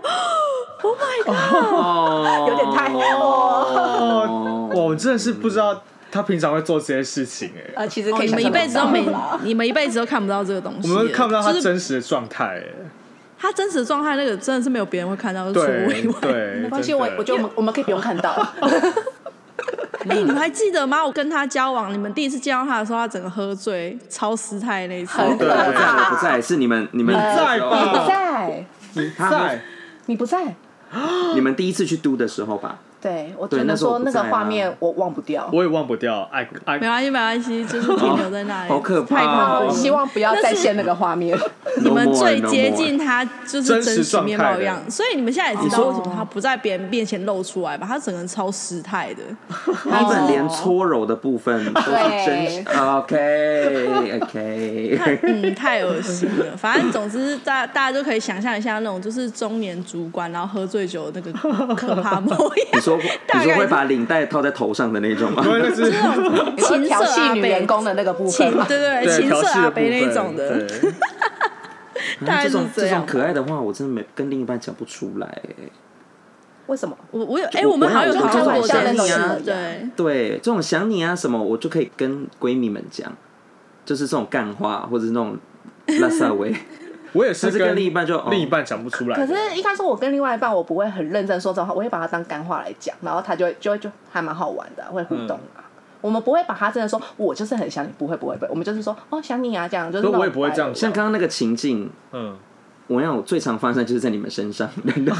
Oh my god，
哦，
有点太
哦
哦，哇我真的是不知道他平常会做这些事情哎、
呃，其实
哦
可以
你们
想
一
象得
辈子都
到
没， 你们一辈子都看不到这个东西
我
了，
们看不到他
就是
真实的状态哎，
他真实的状态那个真的是没有别人会看到，除了我
对
以外。
对，
没关系，
真
我
的
我觉得我们我们可以不用看到。
哎、你们还记得吗？我跟他交往，你们第一次见到他的时候，他整个喝醉、超失态那一次。
很
对，
对
我不在，我不在，是你们你们
你
在吧
你不在，
你
他
在
你不在。
你们第一次去嘟的时候吧？
对，我
对
只能说
那
那
时候我不在啊
个画面我忘不掉。
我也忘不掉爱爱
没啊关系，没关系，就是停留在那里，
哦好可怕
太
哦
夸
我
张。
希望不要再现那个画面。
你们
No more,
最
no more
接近他就是真实面貌的样子，
真实状态
所以你们现在也知道
哦
为什么他不在别人面前露出来吧？他整个人超失态的。
他
哦
们连搓揉的部分都是真实。OK OK，
嗯，太恶心 了。反正总之，大大家就可以想象一下那种就是中年主管，然后喝醉酒的那个可怕模样。
你说
大
你
概
说会把领带套在头上的那种吗？
因为那是
你说
情色
调戏
阿
女
啊北
员工的那个部分
情
嘛，
对对
对
对，情
调
色
戏
阿
的部
北那
分
一种的，
对
大概是
这种
这
这
样
种。可爱的话，我真的没跟另一半讲不出来。
为什么？
我我有哎，我们好像有
我
讨论过这件
我我我
事，对。
对，这种想你啊什么，我就可以跟闺蜜们讲，就是这种干话或者是那种拉萨 维。
我也是
但是跟另一半就哦
另一半讲不出来。
可是应该说，我跟另外一半，我不会很认真说这种话，我会把它当干话来讲，然后他就会就会就还蛮好玩的，会互
嗯
动啊。我们不会把他真的说，我就是很想你，不会不会不会，我们就是说哦想你啊这样，就是
可
那种
我也不会这样
像刚刚那个情境，
嗯，
我让我最常发生就是在你们身上， 真的。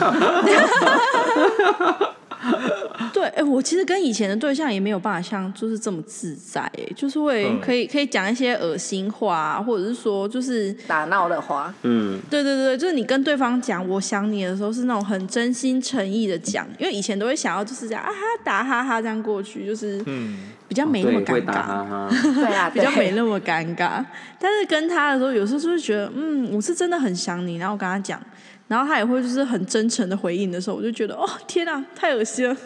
对，哎、我其实跟以前的对象也没有办法像就是这么自在、哎，就是会
嗯
可以可以讲一些恶心话、啊，或者是说就是
打闹 的话，
嗯，
对对对，就是你跟对方讲我想你的时候是那种很真心诚意的讲，因为以前都会想要就是这样啊哈打哈哈这样过去，就是
嗯，
比较没那么
对，
尴
会打
尬。
哈哈。
对啊，
比较没
对
那么尴尬。但是跟他的时候，有时候就会觉得，嗯，我是真的很想你，然后我跟他讲，然后他也会就是很真诚的回应的时候，我就觉得，哦，天啊，太恶心了。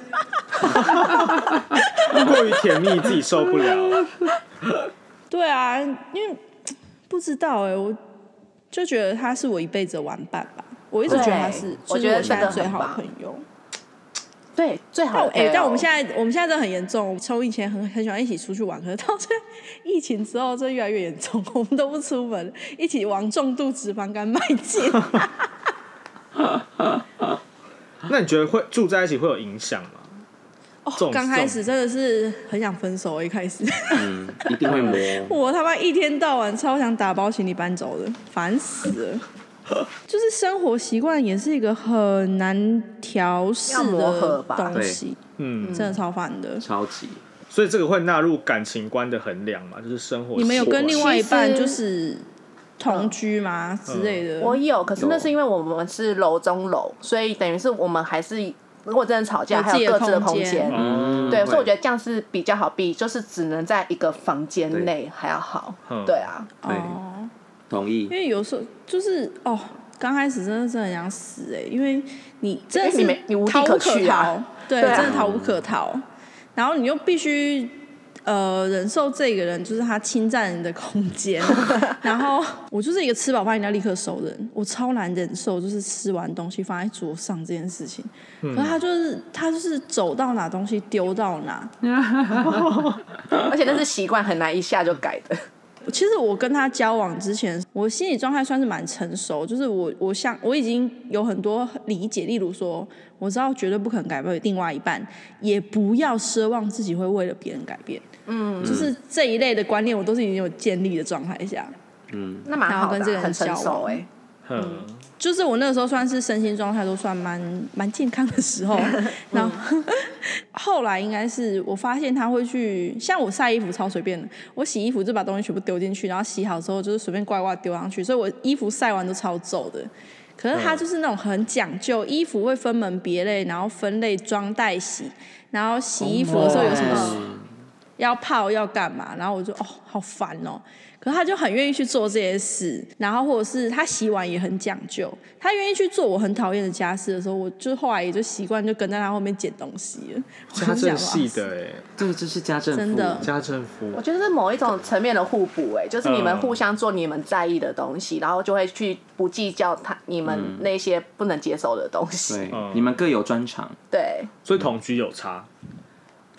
过于甜蜜自己受不了。
对啊，因为不知道哎、我就觉得他是我一辈子的玩伴吧。我一直觉得他是
对，
就
我
是
觉得
我现
这
在
个
最
很
好的
棒
朋友。
对最好
但
的
我哎、
配偶
但我们现在我们现在真的很严重。从以前很很喜欢一起出去玩，可是到这疫情之后，这越来越严重，我们都不出门，一起往重度脂肪肝迈 进。
那你觉得会住在一起会有影响吗？这
哦，
种
刚开始真的是很想分手，一开始
嗯，一定会磨。
我他妈一天到晚超想打包行李搬走的，烦死了。就是生活习惯也是一个很难调试
要磨合
的
吧
东西，
嗯，
真的超烦的。
超级，
所以这个会纳入感情观的衡量嘛，就是生活习惯。
你们有跟另外一半
其实
就是同居吗之类的？
我有，可是
有
那是因为我们是楼中楼，所以等于是我们还是如果真的吵架，
有自
还
己
有
的
各自的
空
空
间
间。
嗯，
对，所以我觉
得
得这样是比较好避，就是只能在一个房间内还要好
嗯。
对啊，
对
哦，
同意
因。为有时候就是哦，刚开始真的是很想死哎、因为你真的是
因为你没你无地
逃
可
无
去啊
逃，对，
对啊
真的逃无可逃。然后你又必须呃忍受这个人，就是他侵占你的空 间。然后我就是一个吃饱饭一定要立刻收的人，我超难忍受就是吃完东西放在桌上这件事情。
嗯
可是他就是他就是走到哪东西丢到哪，
而且那是习惯，很难一下就改的。
其实我跟他交往之前，我心理状态算是蛮成熟，就是我我想我已经有很多理解，例如说，我知道绝对不可能改变另外一半，也不要奢望自己会为了别人改变。嗯，就是这一类的观念，我都是已经有建立的状态下。
那蛮
然
好
后
的
跟
啊、
这个人
很成
交
熟
往
哎、
嗯，
就是我那个时候算是身心状态都算蛮蛮健康的时候，然后后来应该是我发现他会去，像我晒衣服超随便的，我洗衣服就把东西全部丢进去，然后洗好之后就是随便挂一挂丢上去，所以我衣服晒完都超皱的。可是他就是那种很讲究，衣服会分门别类，然后分类装袋洗，然后洗衣服的时候有什么要泡要干嘛，然后我就哦好烦哦。可是他就很愿意去做这些事，然后或者是他洗碗也很讲究，他愿意去做我很讨厌的家事的时候，我就后来也就习惯就跟在他后面捡东西了。
家政系的哎、
这个就是家政
真的
家政服
我觉得是某一种层面的互补，哎，就是你们
嗯
互相做你们在意的东西，然后就会去不计较他你们那些不能接受的东西。
对
嗯，
你们各有专长，
对，
所以同居有差，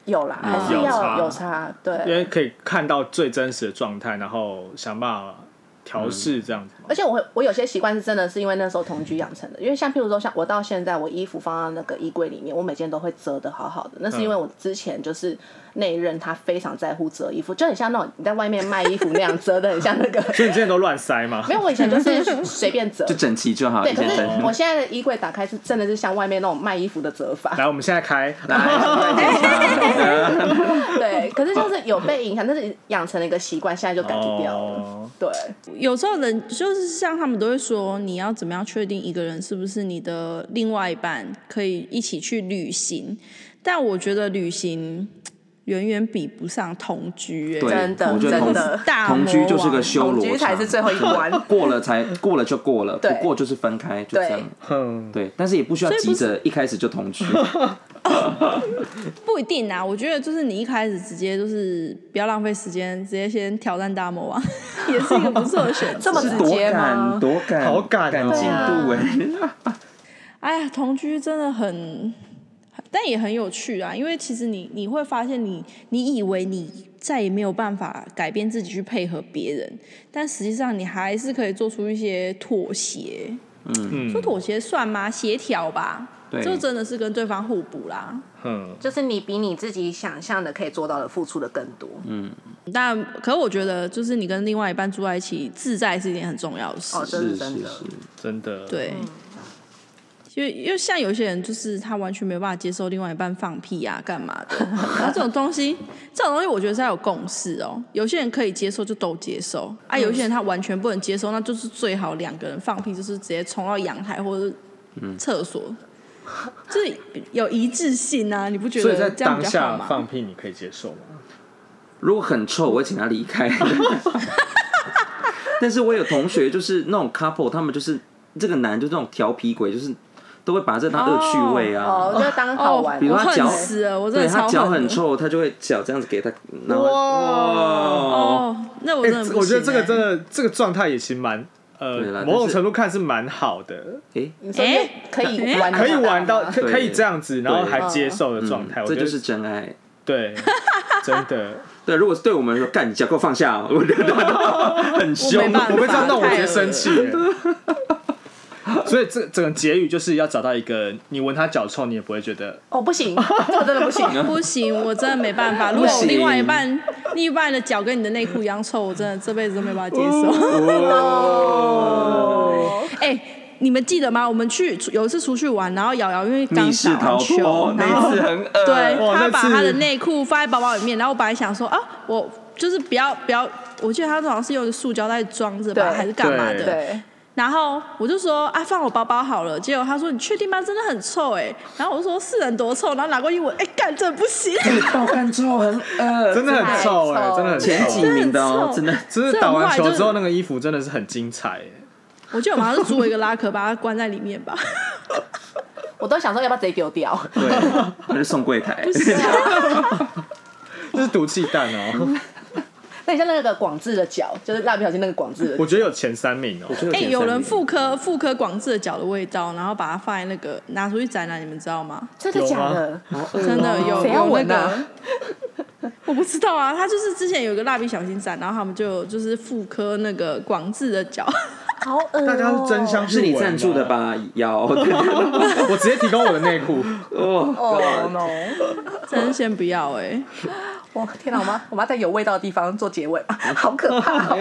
有啦，还是
有
要
差
有差。
因
对，
为可以看到最真实的状态，然后想办法
嗯
调试这样子嘛。
而且我会，我有些习惯是真的是因为那时候同居养成的，因为像譬如说，像我到现在，我衣服放到那个衣柜里面，我每件都会折的好好的。那是因为我之前就是那一任他非常在乎折衣服，就很像那种你在外面卖衣服那样折的，很像那个。
所以你之前都乱塞嘛
没？有，我以前就是随便折
就。整齐就好。
对，
一
可
件
是
整
我现在的衣柜打开是真的是像外面那种卖衣服的折 法，
来，我们现在 开，
对，可是就是有被影响，但是养成了一个习惯，现在就改不掉了。
哦，
对，
有时候人就是像他们都会说，你要怎么样确定一个人是不是你的另外一半，可以一起去旅行？但我觉得旅行远远比不上同居、欸，
对
真的
我觉得
真
同
的
大魔王
同居就是个修罗
同
场，
居才是最后一关
真的 过了才过了就过了，不
对
过就是分开，就这样。
哼，
对，但是也不需要
所以
急
不是
着一开始就 同居，
不一定啊，我觉得就是你一开始直接就是不要浪费时间，直接先挑战大魔王， 也是一个不错的选择。
这么
是
直
多
接
赶
吗？
多赶，
好赶哦
赶进度哎。
哎呀，同居真的很，但也很有趣啊，因为其实你你会发现你你以为你再也没有办法改变自己去配合别人，但实际上你还是可以做出一些妥协。
嗯
说妥协算吗？协调吧，
对
就真的是跟对方互补啦。
哼，
就是你比你自己想象的可以做到的付出的更多。
嗯
但可我觉得，就是你跟另外一半住在一起，自在是一件很重要的事。
哦，这
是
是
是
真的。
是，
真的，，嗯
对，因为因为像有些人就是他完全没有办法接受另外一半放屁啊，干嘛的，然后这种东西，这种东西我觉得是要有共识哦。有些人可以接受就都接受啊，有些人他完全不能接受，那就是最好两个人放屁就是直接冲到阳台或者
嗯
是厕所，就是有一致性啊，你不觉
所以在
得这样
当
比较好
下
吗？
放屁你可以接受吗？
如果很臭，我会请他离开。 但是我有同学就是那种 couple，他们就是这个男就是那种调皮鬼，就是都会把这当恶趣味啊。
哦，就当好玩。
比如
我
他脚
恨死了，我真
对
的
他
超
脚
恨
很
的。
臭，他就会脚这样子给他，然后
哇
哇，
哦，那我
哎
真的不行、欸
我觉得这个真的这个状态也其实蛮
对啦
呃，
但是
某种程度看是蛮好的，
哎，
你说
哎
可以玩，
可以玩到可
对
可以这样子，然后
对
还接受的状态，
嗯
我
这
觉
就
得
是真爱。
对，真的。
对，如果是对我们说，干你脚给我放下，哦我觉得很
我没
凶。
办法
我被这样弄，我直
太
接
恶
生
了
气耶。 所以这整个结语就是要找到一个，你闻他脚臭，你也不会觉得
哦，不行，我真的不行。
不行，我真的没办法。如果我
行
另外一半另一半的脚跟你的内裤一样臭，我真的这辈子都没办法接受。
哦，
哎、你们记得吗？我们去有一次出去玩，然后瑶瑶因为刚
密室
打
逃
完
脱哦
球，
那
然后
一次很恶，
对
哇
她
那
把
次
她的内裤放在包包里面，然后我本来想说啊，我就是不要不要，我记得她好像是用塑胶袋装着吧，
对
还是干嘛
对
的？
对，
然后我就说啊，放我包包好了。结果他说你确定吗？真的很臭哎、然后我就说是人多臭，然后拿过去闻，哎、干这不行，
爆干臭很恶，
真的很臭哎、真的很臭
前几名的哦，
真的
真的
很。
真
这
的
很
打完
坏
球
就是
之后，那个衣服真的是很精彩、欸。
我记得我马上就租了一个拉壳，把它关在里面吧。
我都想说要不要直接丢掉。
对，
那就送柜台，
这是毒气弹哦，
那你像那个广智的脚，就是蜡笔小新那个广智的脚
我觉得有前三名哦。
我觉得
哎、
前三
有人
名
复刻复刻广智的脚的味道，然后把它放在那个拿出去展览，你们知道吗？
真的假的？
啊
真的有
谁要
有那
闻
个
啊？
我不知道啊，他就是之前有一个蜡笔小新展，然后他们就就是复刻那个广智的脚，
好恶哦
大家是真相啊信
哦
是你赞助的？吧？ 要
我直接提供我的内裤，
哦
哦，
no！
真的先不要哎、
我天哪，我妈 我妈在有味道的地方做结尾，好可怕 哦！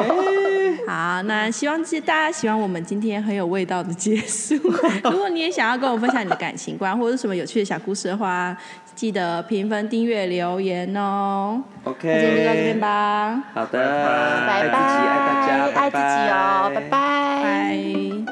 好，那希望这大家喜欢我们今天很有味道的结束。 如果你也想要跟我分享你的感情观或者是什么有趣的小故事的话，记得评分、订阅、留言哦。那今天就到这边
OK，
吧，
好的，
拜拜
爱自己，爱大家，
爱自己哦，
拜
拜。
拜。